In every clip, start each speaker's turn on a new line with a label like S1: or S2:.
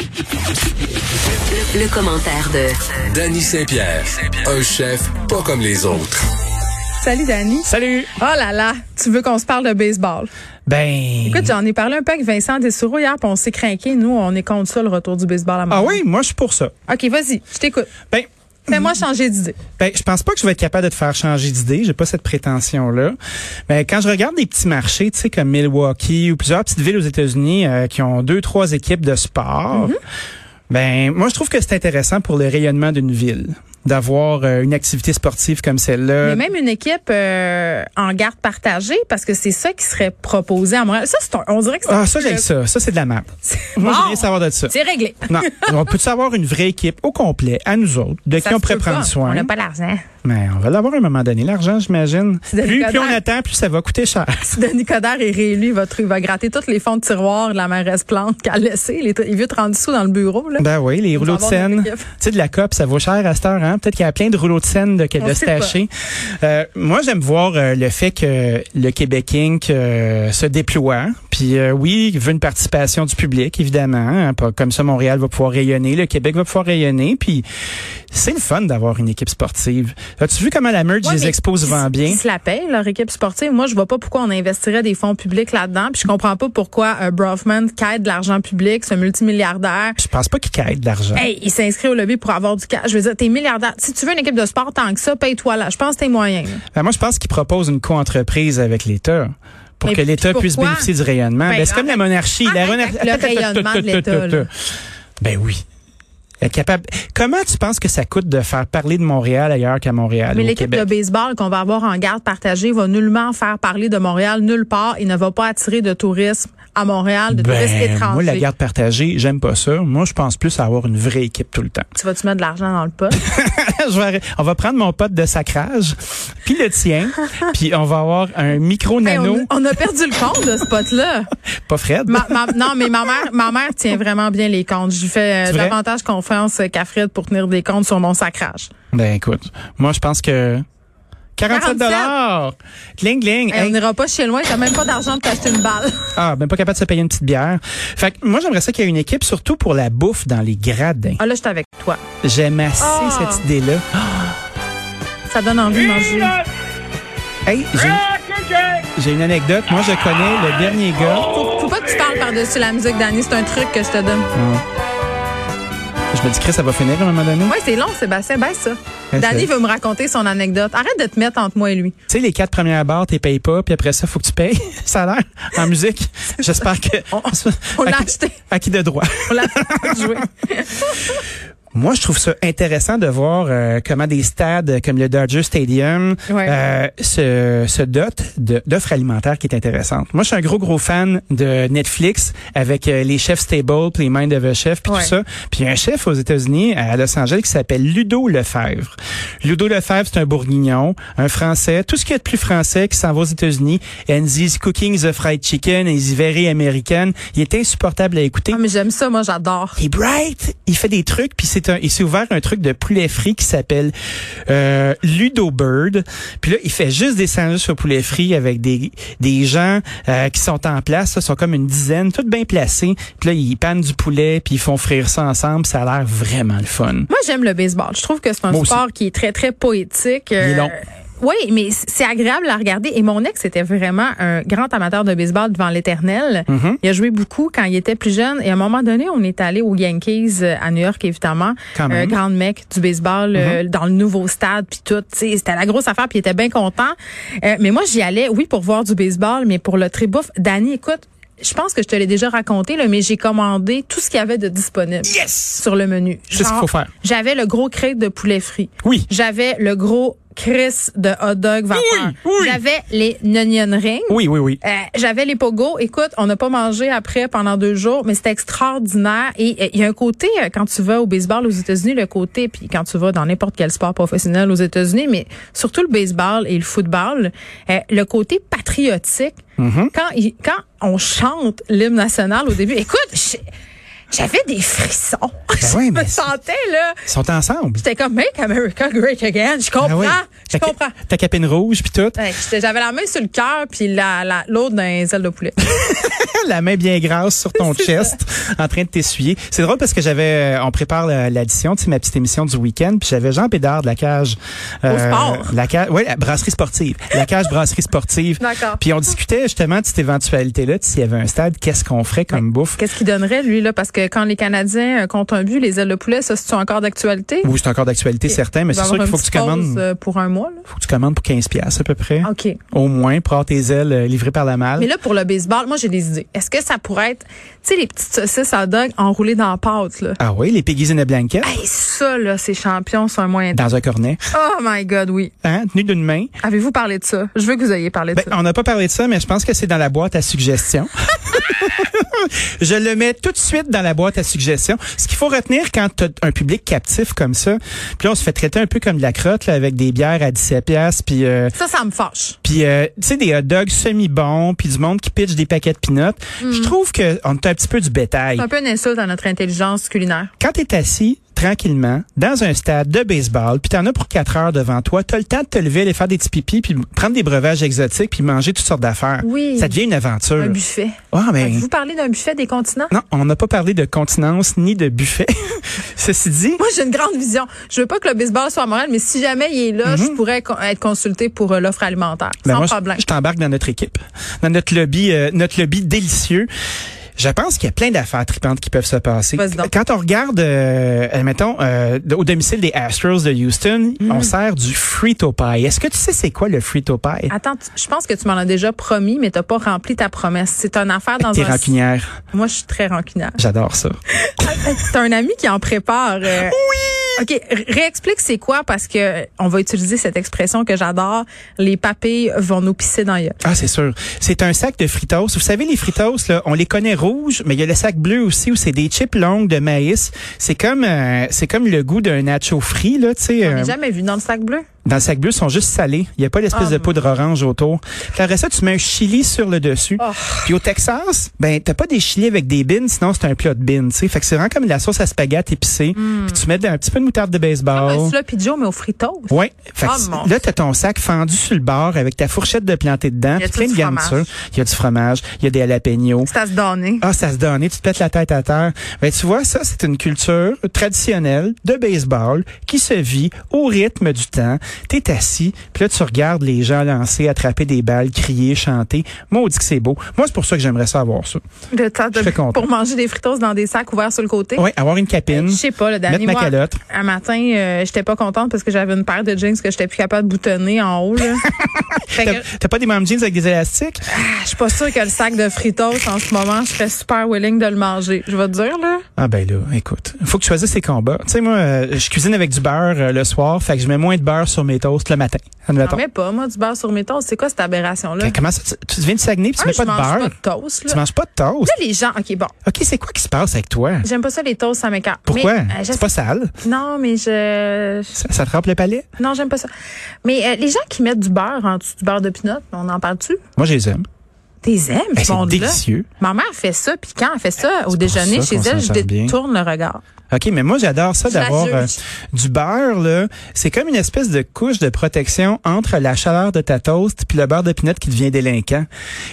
S1: Le, le commentaire de
S2: Danny Saint-Pierre, un chef pas comme les autres.
S3: Salut Dani.
S4: Salut.
S3: Oh là là, tu veux qu'on se parle de baseball.
S4: Ben.
S3: Écoute, j'en ai parlé un peu avec Vincent Dessoureau hier, puis on s'est craqué. Nous, on est contre ça, le retour du baseball à
S4: ah
S3: Montréal.
S4: oui, moi je suis pour ça.
S3: OK, vas-y, je t'écoute.
S4: Ben,
S3: Fais-moi changer d'idée.
S4: ben, je pense pas que je vais être capable de te faire changer d'idée. J'ai pas cette prétention là. Mais quand je regarde des petits marchés, tu sais comme Milwaukee ou plusieurs petites villes aux États-Unis euh, qui ont deux trois équipes de sport,
S3: Mm-hmm.
S4: ben moi je trouve que c'est intéressant pour le rayonnement d'une ville d'avoir euh, une activité sportive comme celle-là.
S3: Mais même une équipe euh, en garde partagée, parce que c'est ça qui serait proposé à Montréal. Ça, c'est un- on dirait que c'est un
S4: Ah ça
S3: club.
S4: j'ai ça, ça c'est de la merde. Moi je
S3: Bon.
S4: veux rien savoir de ça.
S3: C'est réglé.
S4: Non, on peut savoir une vraie équipe au complet à nous autres de
S3: Ça
S4: qui on
S3: se
S4: pourrait
S3: peut
S4: prendre
S3: pas.
S4: soin.
S3: On n'a pas l'argent.
S4: Mais on va l'avoir à un moment donné, l'argent, j'imagine.
S3: de
S4: Plus, plus on
S3: l'économie.
S4: attend, plus ça va coûter cher.
S3: Si Denis Coderre est réélu, il va, tru- il va gratter tous les fonds de tiroir de la mairesse Plante qu'elle a laissé. Il, est- il veut 30 sous dans le bureau. Là.
S4: Ben oui, les
S3: On
S4: rouleaux de
S3: va avoir
S4: scène.
S3: notre
S4: Tu
S3: équipe.
S4: sais, de la COP, ça vaut cher à cette heure, hein? Peut-être qu'il y a plein de rouleaux de scène de,
S3: On
S4: de
S3: sait pas.
S4: stacher. Euh, moi, j'aime voir euh, le fait que le Québec Inc. euh, se déploie. Puis euh, oui, il veut une participation du public, évidemment. hein. Pas- Comme ça, Montréal va pouvoir rayonner, le Québec va pouvoir rayonner. Puis c'est le fun d'avoir une équipe sportive. As-tu vu comment la merge
S3: Ouais,
S4: des
S3: mais
S4: expos
S3: ils-
S4: vend bien?
S3: Ils se la payent, leur équipe sportive. Moi, je vois pas pourquoi on investirait des fonds publics là-dedans. Puis je comprends pas pourquoi euh, Brofman quête de l'argent public, ce multimilliardaire.
S4: Je pense pas qu'il caille de l'argent.
S3: Hey, il s'inscrit au lobby pour avoir du cash. Je veux dire, t'es milliardaire. Si tu veux une équipe de sport tant que ça, paye-toi là. Je pense que t'es moyen. là.
S4: Ben, moi, je pense qu'ils proposent une co-entreprise avec l'État pour
S3: Mais
S4: que l'État
S3: pourquoi?
S4: puisse bénéficier du rayonnement.
S3: Ben,
S4: Ben, c'est comme la
S3: arrête-
S4: monarchie. La
S3: arrête
S4: monarchie-
S3: avec le
S4: Attends, attends,
S3: rayonnement de
S4: attends,
S3: l'État,
S4: attends,
S3: là.
S4: attends. Ben oui. Elle est capable. Comment tu penses que ça coûte de faire parler de Montréal ailleurs qu'à Montréal
S3: Mais
S4: ou au
S3: l'équipe de
S4: Québec?
S3: baseball qu'on va avoir en garde partagée va nullement faire parler de Montréal nulle part et ne va pas attirer de tourisme à Montréal, de touristes
S4: Ben,
S3: étrangers.
S4: moi, la garde partagée, j'aime pas ça. Moi, je pense plus à avoir une vraie équipe tout le temps.
S3: Tu vas-tu mettre de l'argent dans le pot?
S4: Je vais arr- on va prendre mon pote de sacrage, puis le tien, puis on va avoir un
S3: Hey,
S4: micro-nano.
S3: on, on a perdu le compte de ce pot-là.
S4: Pas Fred.
S3: Ma- ma- non, mais ma mère, ma mère tient vraiment bien les comptes. Je lui fais euh,
S4: C'est vrai?
S3: davantage confiance euh, qu'à Fred pour tenir des comptes sur mon sacrage.
S4: Ben écoute, moi, je pense que... 47 dollars. Gling, gling.
S3: Hey,
S4: Hey,
S3: Ben, on n'ira pas chez loin. T'as même pas d'argent pour t'acheter une balle.
S4: Ah, ben pas capable de se payer une petite bière. Fait que moi, j'aimerais ça qu'il y ait une équipe, surtout pour la bouffe dans les gradins.
S3: Ah là, je suis avec toi.
S4: J'aime assez
S3: Ah.
S4: cette idée-là.
S3: Ça donne envie de manger.
S4: Hey, j'ai- j'ai une anecdote. Moi, je connais le dernier gars.
S3: Faut, faut pas que tu parles par-dessus la musique, Dani. C'est un truc que je te donne.
S4: Je me dis, Chris, ça va finir à un moment donné.
S3: Ouais, c'est long, Sébastien. Ben ça.
S4: Ben,
S3: Dani
S4: c'est-
S3: veut me raconter son anecdote. Arrête de te mettre entre moi et lui.
S4: Tu sais, les quatre premières barres, t'es payes pas, puis après ça, faut que tu payes salaire en musique. J'espère que...
S3: On
S4: à
S3: l'a
S4: qui-
S3: acheté.
S4: À qui de droit?
S3: On l'a fait jouer.
S4: Moi, je trouve ça intéressant de voir euh, comment des stades comme le Dodger Stadium
S3: Ouais.
S4: euh, se, se dotent de- d'offres alimentaires qui est intéressante. Moi, je suis un gros, gros fan de Netflix avec euh, les chefs stable, puis les Mind of a Chef, puis
S3: Ouais.
S4: tout ça. Puis il y a un chef aux États-Unis, à Los Angeles, qui s'appelle Ludo Lefebvre. Ludo Lefebvre, c'est un bourguignon, un Français, tout ce qu'il y a de plus français qui s'en va aux États-Unis. And he's cooking the fried chicken, and he's very American. Il est insupportable à écouter.
S3: Ah, mais j'aime ça, moi, j'adore.
S4: Il est bright, il fait des trucs, puis c'est un, il s'est ouvert un truc de poulet frit qui s'appelle euh, Ludo Bird. Puis là, il fait juste des sandwichs au poulet frit avec des des gens euh, qui sont en place, là, sont comme une dizaine, toutes bien placés. Puis là, ils pannent du poulet, puis ils font frire ça ensemble. Ça a l'air vraiment le fun.
S3: Moi, j'aime le baseball. Je trouve que c'est un
S4: Mm. Moi aussi.
S3: sport qui est très, très poétique. Il
S4: est long.
S3: Oui, mais c- c'est agréable à regarder. Et mon ex était vraiment un grand amateur de baseball devant l'éternel.
S4: Mm-hmm.
S3: Il a joué beaucoup quand il était plus jeune. Et à un moment donné, on est allé aux Yankees euh, à New York, évidemment. Euh,
S4: Quand même. Mm-hmm.
S3: grande mec du baseball euh, dans le nouveau stade, puis tout. Tu sais, C'était la grosse affaire, puis il était bien content. Euh, mais moi, j'y allais, oui, pour voir du baseball, mais pour le trébouf. Danny, écoute, je pense que je te l'ai déjà raconté, là, mais j'ai commandé tout ce qu'il y avait de disponible sur le menu.
S4: C'est ce qu'il
S3: Genre,
S4: faut faire.
S3: J'avais le gros crête de poulet frit.
S4: Oui.
S3: J'avais le gros crise de hot dog vapeur.
S4: Oui, oui.
S3: J'avais les Nunion Rings.
S4: Oui, oui, oui.
S3: Euh, j'avais les pogos. Écoute, on n'a pas mangé après pendant deux jours, mais c'était extraordinaire. Et euh, il y a un côté, euh, quand tu vas au baseball aux États-Unis, le côté, puis quand tu vas dans n'importe quel sport professionnel aux États-Unis, mais surtout le baseball et le football, euh, le côté patriotique,
S4: Mm-hmm.
S3: quand, il- quand on chante l'hymne national au début, écoute, j'ai- j'avais des frissons. je
S4: Ben oui,
S3: me
S4: mais c'est-
S3: sentais, là,
S4: Ils sont ensemble.
S3: j'étais comme « Make America Great Again », je comprends,
S4: Ah oui.
S3: je
S4: Ta-
S3: comprends.
S4: Ta capine rouge, puis tout.
S3: Ouais, j'étais- J'avais la main sur le cœur, puis la- la- l'autre dans les ailes de poulet.
S4: la main bien grasse sur ton chest en train de t'essuyer. C'est drôle parce que j'avais, euh, on prépare euh, l'addition, tu sais, ma petite émission du week-end, puis j'avais Jean Pédard de la cage. euh,
S3: sport.
S4: La cage, ouais, la brasserie sportive. La cage brasserie sportive.
S3: D'accord.
S4: Puis on discutait justement de cette éventualité-là, de s'il y avait un stade, qu'est-ce qu'on ferait comme bouffe.
S3: Qu'est-ce qu'il donnerait, lui, là? Parce que quand les Canadiens euh, comptent un but, les ailes de poulet, ça, c'est encore d'actualité?
S4: Oui, c'est encore d'actualité, certain, mais
S3: Il va
S4: c'est sûr
S3: avoir
S4: qu'il faut
S3: une
S4: que tu
S3: petite pause,
S4: commandes,
S3: euh, pour un mois, là.
S4: faut que tu commandes pour 15 pièces à peu près.
S3: OK.
S4: Au moins, pour avoir tes ailes euh, livrées par la malle.
S3: Mais là, pour le baseball, moi, j'ai des idées. Est-ce que ça pourrait être, tu sais, les petites saucisses à dog enroulées dans la pâte, là?
S4: Ah oui, les Piggies in a blanket.
S3: Hey, ça, là, ces champions sont un moyen temps.
S4: Ah. Dans un cornet,
S3: Oh my God, oui.
S4: hein, tenu d'une main.
S3: Avez-vous parlé de ça? Je veux que vous ayez parlé de
S4: Ben,
S3: ça.
S4: on n'a pas parlé de ça, mais je pense que c'est dans la boîte à suggestions. je le mets tout de suite dans la boîte à suggestions. Ce qu'il faut retenir quand tu un public captif comme ça, puis là, on se fait traiter un peu comme de la crotte là, avec des bières à 17 piastres, puis euh,
S3: Ça, ça me fâche.
S4: puis euh, tu sais des hot dogs semi bons, puis du monde qui pitch des paquets de peanuts. Je trouve que on est un petit peu du bétail.
S3: C'est un peu une insulte à notre intelligence culinaire.
S4: Quand t'es assis tranquillement dans un stade de baseball, puis t'en as pour quatre heures devant toi, t'as le temps de te lever, aller faire des petits pipis, puis prendre des breuvages exotiques, puis manger toutes sortes d'affaires.
S3: Oui.
S4: Ça devient une aventure.
S3: Un buffet.
S4: Ah, mais-
S3: Vous parlez d'un buffet des continents?
S4: Non, on n'a pas parlé de continence ni de buffet. Ceci dit,
S3: Moi, j'ai une grande vision. Je veux pas que le baseball soit à Montréal, mais si jamais il est là, je pourrais co- être consulté pour euh, l'offre alimentaire.
S4: Mhm. ben
S3: sans
S4: moi, je-
S3: problème.
S4: je t'embarque dans notre équipe, dans notre lobby, euh, notre lobby délicieux. Je pense qu'il y a plein d'affaires tripantes qui peuvent se passer.
S3: Vas-y donc.
S4: Quand on regarde, euh, mettons, au domicile des Astros de Houston,
S3: Mm.
S4: on sert du frito pie. Est-ce que tu sais c'est quoi le frito pie?
S3: Attends, tu- je pense que tu m'en as déjà promis, mais t'as pas rempli ta promesse. C'est une affaire dans
S4: T'es
S3: un.
S4: rancunière.
S3: Moi, je suis très rancunière.
S4: J'adore ça.
S3: T'as un ami qui en prépare. euh,
S4: Oui!
S3: OK, ré- réexplique c'est quoi parce que euh, on va utiliser cette expression que j'adore, les papilles vont nous pisser dans la gueule.
S4: Ah, c'est sûr. C'est un sac de fritos. Vous savez, les fritos, là, on les connaît rouges, mais il y a le sac bleu aussi où c'est des chips longues de maïs. C'est comme, euh, c'est comme le goût d'un nacho frit, là, tu sais.
S3: On
S4: euh,
S3: n'est jamais vu dans le sac bleu.
S4: dans le sac bleu, ils sont juste salés. Il n'y a pas
S3: Ah,
S4: l'espèce de poudre orange autour. Puis Après ça, tu mets un chili sur le dessus.
S3: Oh.
S4: Puis au Texas, ben, t'as pas des chilis avec des bins, sinon c'est un plat de bins, tu sais. Fait que c'est vraiment comme de la sauce à spaghetti épicée.
S3: Hmm.
S4: Puis tu mets de- un petit peu de moutarde de baseball.
S3: Un sloppy Joe, Euh, mais au fritos.
S4: Oh. Ouais. Fait que
S3: Ah, mon
S4: c- là, t'as ton sac fendu sur le bord avec ta fourchette de planter dedans.
S3: Y a-t-il
S4: puis plein
S3: du
S4: de
S3: fromage?
S4: garnitures. Il y a du fromage, il y a des jalapenos.
S3: C'est à se donner.
S4: Ah, ça se donnait, tu te pètes la tête à terre. Ben, tu vois, ça, c'est une culture traditionnelle de baseball qui se vit au rythme du temps. T'es assis, puis là, tu regardes les gens lancer, attraper des balles, crier, chanter. Maudit que c'est beau. Moi, c'est pour ça que j'aimerais ça avoir ça.
S3: De, tas de-
S4: Je suis content.
S3: pour manger des fritos dans des sacs ouverts sur le côté.
S4: Oui, avoir une capine.
S3: Je sais pas, le dernier
S4: Hmm. Mettre ma
S3: mois,
S4: calotte.
S3: un matin, euh, j'étais pas contente parce que j'avais une paire de jeans que j'étais plus capable de boutonner en haut. là. fait que,
S4: T'as t'as pas des mom jeans avec des élastiques?
S3: ah, je suis pas sûre que le sac de fritos en ce moment, je serais super willing de le manger. Je vais te dire là.
S4: Ah ben là, écoute, faut que tu choisisses tes combats. Tu sais moi, euh, je cuisine avec du beurre euh, le soir, fait que je mets moins de beurre sur mes toasts le matin.
S3: J'en
S4: Admettons.
S3: mets pas moi du beurre sur mes toasts. C'est quoi cette aberration là
S4: Mais Comment ça tu, tu viens de Saguenay puis tu mets
S3: Ah, je
S4: pas de
S3: mange
S4: beurre
S3: pas de toast là.
S4: Tu manges pas de toast
S3: Là, les gens, OK bon,
S4: OK, c'est quoi qui se passe avec toi
S3: j'aime pas ça les toasts ça m'écarte.
S4: Pourquoi
S3: Mais, euh, je
S4: C'est
S3: sais-
S4: pas sale
S3: Non, mais je
S4: ça, ça te rampe le palais
S3: je- non, j'aime pas ça. Mais euh, les gens qui mettent du beurre en dessous du beurre de pinot, on en parle-tu
S4: Moi, je les aime.
S3: T'es aimes,
S4: Ben,
S3: ce
S4: c'est
S3: monde-là.
S4: délicieux.
S3: Ma mère fait ça, puis quand elle fait ça au déjeuner
S4: ça
S3: chez
S4: qu'on
S3: elle, je
S4: s'entend bien.
S3: détourne le regard.
S4: OK, mais moi j'adore ça
S3: Je la
S4: d'avoir
S3: juge.
S4: euh, du beurre là, c'est comme une espèce de couche de protection entre la chaleur de ta toast puis le beurre de pinot qui devient délinquant.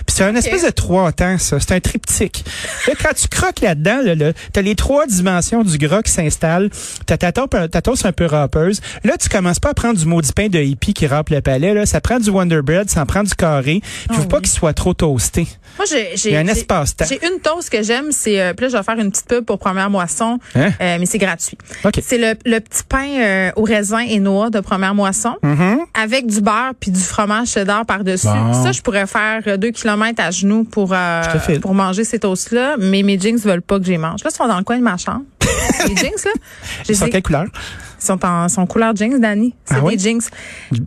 S4: Puis c'est un espèce de trois temps ça, c'est un triptyque. Là, quand tu croques là-dedans là, là, tu les trois dimensions du gras qui s'installent, tu ta toast, ta toast un peu râpeuse. Là, tu commences pas à prendre du maudit pain de hippie qui râpe le palais là, ça prend du Wonder Bread, ça en prend du carré, puis faut pas qu'il soit trop toasté.
S3: Moi, j'ai, j'ai,
S4: Il y a un
S3: Ah j'ai-
S4: espace-temps.
S3: J'ai une toast que j'aime, c'est euh, puis là, je vais faire une petite pub pour première moisson,
S4: Hein?
S3: euh, mais c'est gratuit.
S4: OK.
S3: C'est le, le petit pain euh, au raisin et noix de première moisson, avec du beurre puis du fromage cheddar par dessus.
S4: Mm-hmm. Bon.
S3: Ça, je pourrais faire euh, deux kilomètres à genoux pour euh,
S4: te file.
S3: pour manger ces toasts là, mais mes jeans veulent pas que j'y mange. Là, ils sont dans le coin de ma chambre. les jeans là, je
S4: Ils sont
S3: les ai-
S4: quelle couleur
S3: sont en sont couleur jeans, Danny. C'est
S4: Ah
S3: des
S4: ouais?
S3: jeans.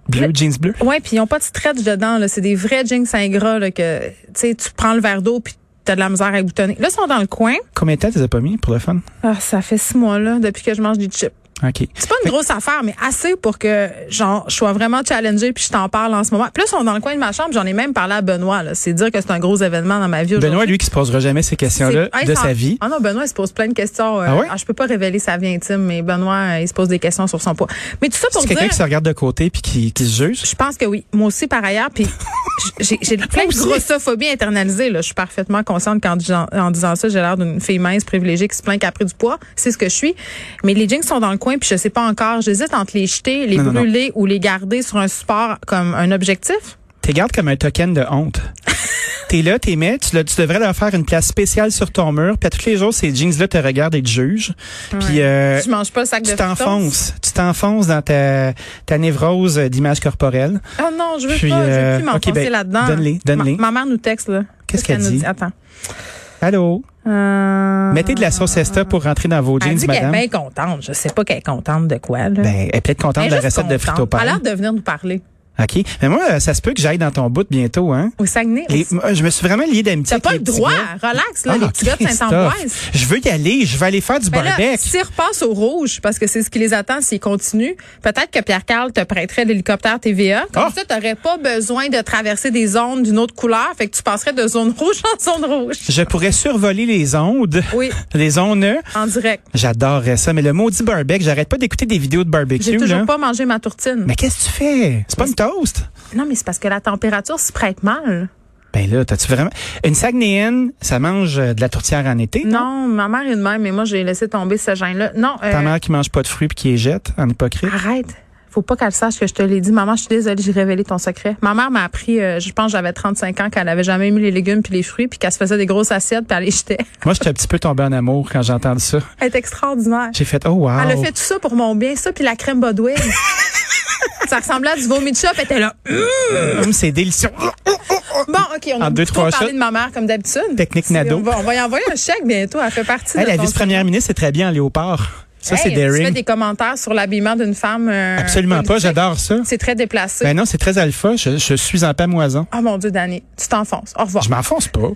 S4: Bleu, jeans bleu.
S3: Ouais, puis ils ont pas de stretch dedans. là. C'est des vrais jeans ingrats là, que tu sais, tu prends le verre d'eau puis t'as de la misère à boutonner. Là, ils sont dans le coin.
S4: Combien de temps tu les as pas mis pour le fun?
S3: Ah, ça fait six mois là depuis que je mange des chips.
S4: OK.
S3: C'est pas une grosse affaire, mais assez pour que genre je sois vraiment challengée puis je t'en parle en ce moment. Plus on est dans le coin de ma chambre, j'en ai même parlé à Benoît. là. C'est dire que c'est un gros événement dans ma vie. aujourd'hui.
S4: Benoît, lui, qui se posera jamais ces questions-là
S3: C'est- hey,
S4: de
S3: ça-
S4: sa vie.
S3: Ah non, Benoît, il se pose plein de questions. euh,
S4: Ah ouais?
S3: je peux pas révéler sa vie intime, mais Benoît, euh, il se pose des questions sur son poids. Mais tout ça pour
S4: C'est
S3: dire,
S4: quelqu'un qui se regarde de côté puis qui, qui se juge.
S3: je pense que oui. Moi aussi, par ailleurs, puis j'ai j'ai plein de grossophobie internalisée. Là. Je suis parfaitement consciente qu'en disant, en disant ça, j'ai l'air d'une fille mince, privilégiée, qui se plaint qu'elle a pris du poids. C'est ce que je suis. Mais les jeans sont dans le coin, puis je sais pas encore. J'hésite entre les jeter, les
S4: Non, non, non.
S3: brûler ou les garder sur un support comme un objectif.
S4: T'es garde comme un token de honte. t'es là, t'es mets, tu, le- tu devrais leur faire une place spéciale sur ton mur, puis à tous les jours, ces jeans-là te regardent et te jugent. Puis euh,
S3: je mange pas le sac de
S4: tu
S3: fritos.
S4: t'enfonces. Tu t'enfonces dans ta, ta névrose euh, d'image corporelle.
S3: Ah non, je veux
S4: Puis,
S3: pas, je veux
S4: euh,
S3: plus m'enfoncer
S4: ok, ben,
S3: là-dedans.
S4: donne-les, donne-les.
S3: Ma, ma mère nous texte là.
S4: Qu'est-ce qu'elle
S3: nous
S4: dit?
S3: Attends.
S4: Allô?
S3: Euh,
S4: Mettez de la sauce Esta pour rentrer dans vos
S3: Elle
S4: jeans,
S3: dit qu'elle est
S4: madame.
S3: bien contente. Je sais pas qu'elle est contente de quoi. Là.
S4: Ben, elle est peut-être contente
S3: Elle est
S4: de la
S3: juste
S4: recette de
S3: contente.
S4: frites au
S3: Elle a
S4: pain.
S3: l'air de venir nous parler.
S4: OK. Mais moi, euh, ça se peut que j'aille dans ton bout bientôt, hein?
S3: Au Saguenay.
S4: Les- moi, je me suis vraiment lié d'amitié.
S3: T'as pas
S4: avec les
S3: le
S4: petits
S3: droit.
S4: gars.
S3: Relax, là,
S4: Ah,
S3: les petits gars de
S4: Christophe,
S3: Saint-Ambroise.
S4: Je veux y aller. Je vais aller faire du
S3: Mais là,
S4: barbecue.
S3: s'ils repassent au rouge, parce que c'est ce qui les attend s'ils continuent, peut-être que Pierre-Carl te prêterait l'hélicoptère TVA. Comme
S4: Ah!
S3: ça, t'aurais pas besoin de traverser des zones d'une autre couleur. Fait que tu passerais de zone rouge en zone rouge.
S4: Je pourrais survoler les ondes.
S3: Oui.
S4: Les ondes.
S3: En direct.
S4: J'adorerais ça. Mais le maudit barbecue, j'arrête pas d'écouter des vidéos de barbecue.
S3: J'ai toujours
S4: là.
S3: pas mangé ma tourtine.
S4: Mais qu'est-ce que tu fais? C'est pas une toast?
S3: Non, mais c'est parce que la température se prête mal.
S4: Ben là, t'as-tu vraiment. Une Saguenayenne, ça mange euh, de la tourtière en été?
S3: Non, ma mère est de même, mais moi, j'ai laissé tomber ce gène-là. Non, euh,
S4: Ta mère qui mange pas de fruits puis qui les jette en hypocrite?
S3: arrête. Faut pas qu'elle sache que je te l'ai dit. Maman, je suis désolée, j'ai révélé ton secret. Ma mère m'a appris, euh, je pense que j'avais 35 ans, qu'elle avait jamais mis les légumes puis les fruits, puis qu'elle se faisait des grosses assiettes, puis elle les jetait.
S4: Moi, j'étais un petit peu tombé en amour quand j'ai entendu ça.
S3: Elle est extraordinaire.
S4: J'ai fait, oh wow.
S3: Elle a fait tout ça pour mon bien, ça, puis la crème Bodwin. ça ressemblait à du vomi de chat, puis elle était là.
S4: Hum, c'est délicieux.
S3: Bon, OK, on a
S4: En
S3: beaucoup trop
S4: deux, trois
S3: parlé
S4: shots.
S3: de ma mère comme d'habitude.
S4: Technique
S3: C'est-
S4: Nadeau.
S3: On va, on va y envoyer un chèque bientôt. Elle fait partie
S4: Hey,
S3: de
S4: la
S3: ton-
S4: vice-première ministre, c'est très bien en léopard. Ça, c'est
S3: Hey, Tu fais
S4: daring.
S3: des commentaires sur l'habillement d'une femme. euh,
S4: Absolument pas,
S3: politique.
S4: j'adore ça.
S3: C'est très déplacé.
S4: Ben non, c'est très alpha. Je, je suis en pamoison.
S3: oh mon Dieu, Danny, tu t'enfonces. Au revoir.
S4: Je m'enfonce pas.